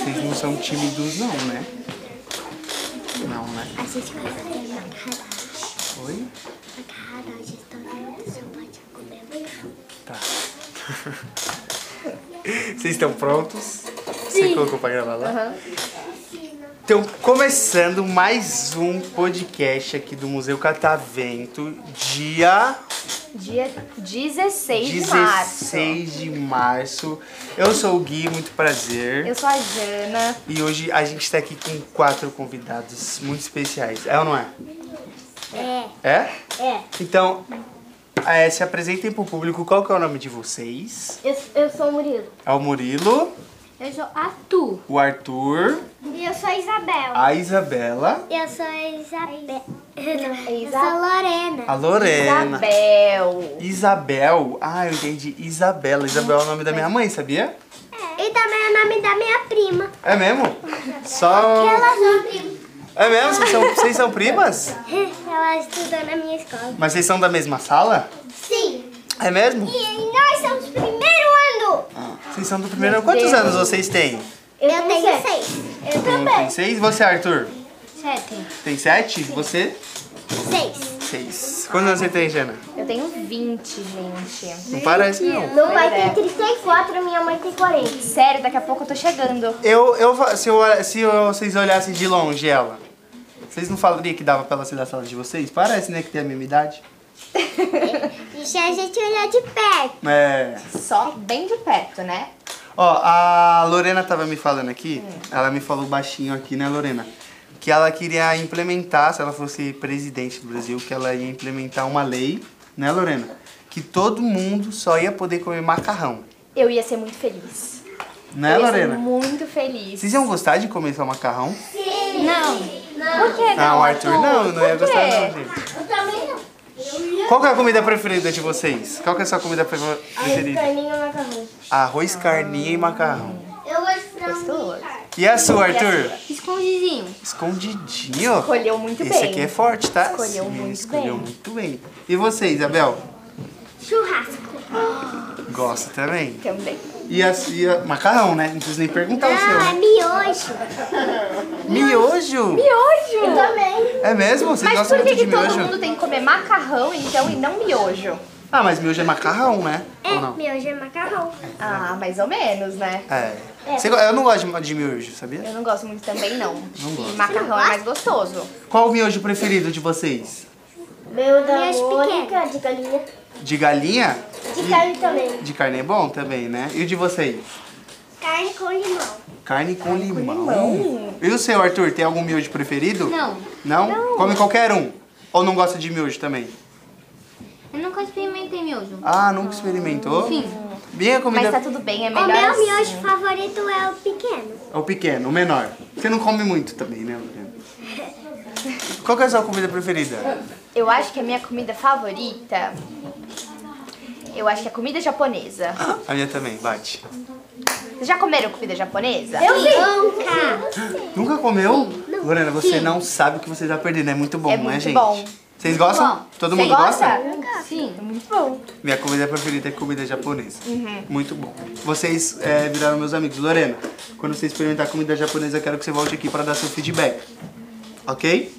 Vocês não são timidosão, né? Não, né? A gente vai fazer macarrão. Oi? Macarrão, a gente tá vendo se eu pode comer macarrão. Tá. Vocês estão prontos? Você colocou pra gravar lá? Então, começando mais um podcast aqui do Museu Catavento, dia Dia 16 de março. 16 de março. Eu sou o Gui, muito prazer. Eu sou a Jana. E hoje a gente tá aqui com quatro convidados muito especiais. É ou não é? É. É? É. Então, é, se apresentem pro público qual que é o nome de vocês. Eu, eu sou o Murilo. É o Murilo, Eu sou a Tu. o Arthur, E eu sou a Isabel. a Isabela, Eu sou a Isabel. Eu sou Isa- a Lorena. a Lorena. Isabel. Isabel. Ah, eu entendi. Isabela. Isabel é o nome da minha mãe, sabia? E também é o nome da minha prima. É mesmo? Só. Ela sua prima. É mesmo? Vocês são, vocês são primas? Ela estudou na minha escola. Mas vocês são da mesma sala? Sim. É mesmo? E nós somos primeiro ano. Vocês são do primeiro ano. Quantos Deus. anos vocês têm? Eu, tenho seis. Eu Tem seis. Você, Arthur? Sete. Tem sete? Você? Seis. Seis. Quantos anos você tem, Jana? Eu tenho 20, gente. Não parece, não. Meu pai tem 34, minha mãe tem 40. Sério, daqui a pouco eu tô chegando. Eu, eu, fa- se, eu, se eu- vocês olhassem de longe ela, vocês não falariam que dava pra ela ser da sala de vocês? Parece, né, que tem a mesma idade. E se a gente olhar de perto? É. Só bem de perto, né? Ó, a Lorena tava me falando aqui, ela me falou baixinho aqui, né, Lorena? Que ela queria implementar, se ela fosse presidente do Brasil, que ela ia implementar uma lei, né, Lorena? Que todo mundo só ia poder comer macarrão. Eu ia ser muito feliz. Né, eu ia ser Lorena? muito feliz. Vocês iam gostar de comer só macarrão? Não. Por que não, não, Arthur, não, eu não ia Por gostar quê? não, gente. Eu também não. Qual que é a comida preferida de vocês? Qual que é a sua comida prefer- preferida? Carninha macarrão. Arroz, carninha e macarrão. Eu um gosto de frango. Gostoso. E a sua, Arthur? Escondidinho. Escondidinho. Escolheu muito Esse bem. aqui é forte, tá? Escolheu muito escolheu bem. muito bem. E você, Isabel? Churrasco. Gosta também. Também. E a, e a- macarrão, né? Não preciso nem perguntar o seu. Não, é né? miojo. Miojo? Miojo! Eu também. É mesmo? Vocês Mas gostam por que, muito que de todo miojo? mundo tem que comer macarrão então e não miojo? Ah, mas miojo é macarrão, né? Ou não? miojo é macarrão. Ah, mais ou menos, né? É. Você go- eu não gosto de, de miojo, sabia? Eu não gosto muito também, não. Não gosto. E macarrão é mais gostoso. Qual o miojo preferido de vocês? Meu da Mônica, de galinha. De galinha? De carne também. De carne é bom também, né? E o de vocês? Carne com limão. Carne com limão. E o seu, Arthur, tem algum miojo preferido? Não. Não? Come qualquer um. Ou não gosta de miojo também? Eu nunca experimentei miojo. Ah, nunca experimentou? Sim. Bem a comida. Mas tá tudo bem, é O melhor meu assim. miojo favorito é o pequeno. É o pequeno, o menor. Você não come muito também, né, Lorena? Qual que é a sua comida preferida? Eu acho que a minha comida favorita... Eu acho que é comida japonesa. A minha também, bate. Vocês já comeram comida japonesa? Nunca. Nunca comeu? Lorena, você não sabe o que você tá perdendo. É muito bom, É né, muito gente? bom. Vocês gostam? Todo mundo gosta? Sim. É muito bom. Minha comida preferida é comida japonesa. Muito bom. Vocês é, viraram meus amigos. Lorena, quando você experimentar comida japonesa, eu quero que você volte aqui para dar seu feedback. Ok?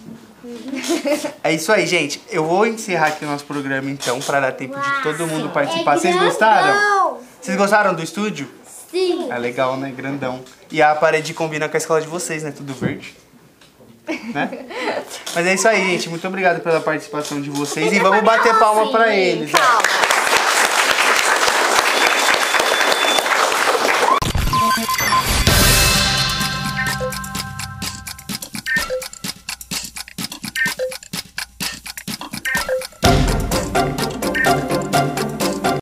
É isso aí, gente. Eu vou encerrar aqui o nosso programa então, para dar tempo de todo mundo É participar. Vocês gostaram? Vocês gostaram do estúdio? Sim. É legal, né? Grandão. E a parede combina com a escola de vocês, né? Tudo verde. Né? Mas é isso aí, gente. Muito obrigado pela participação de vocês. E vamos bater palma pra eles. ó. Calma.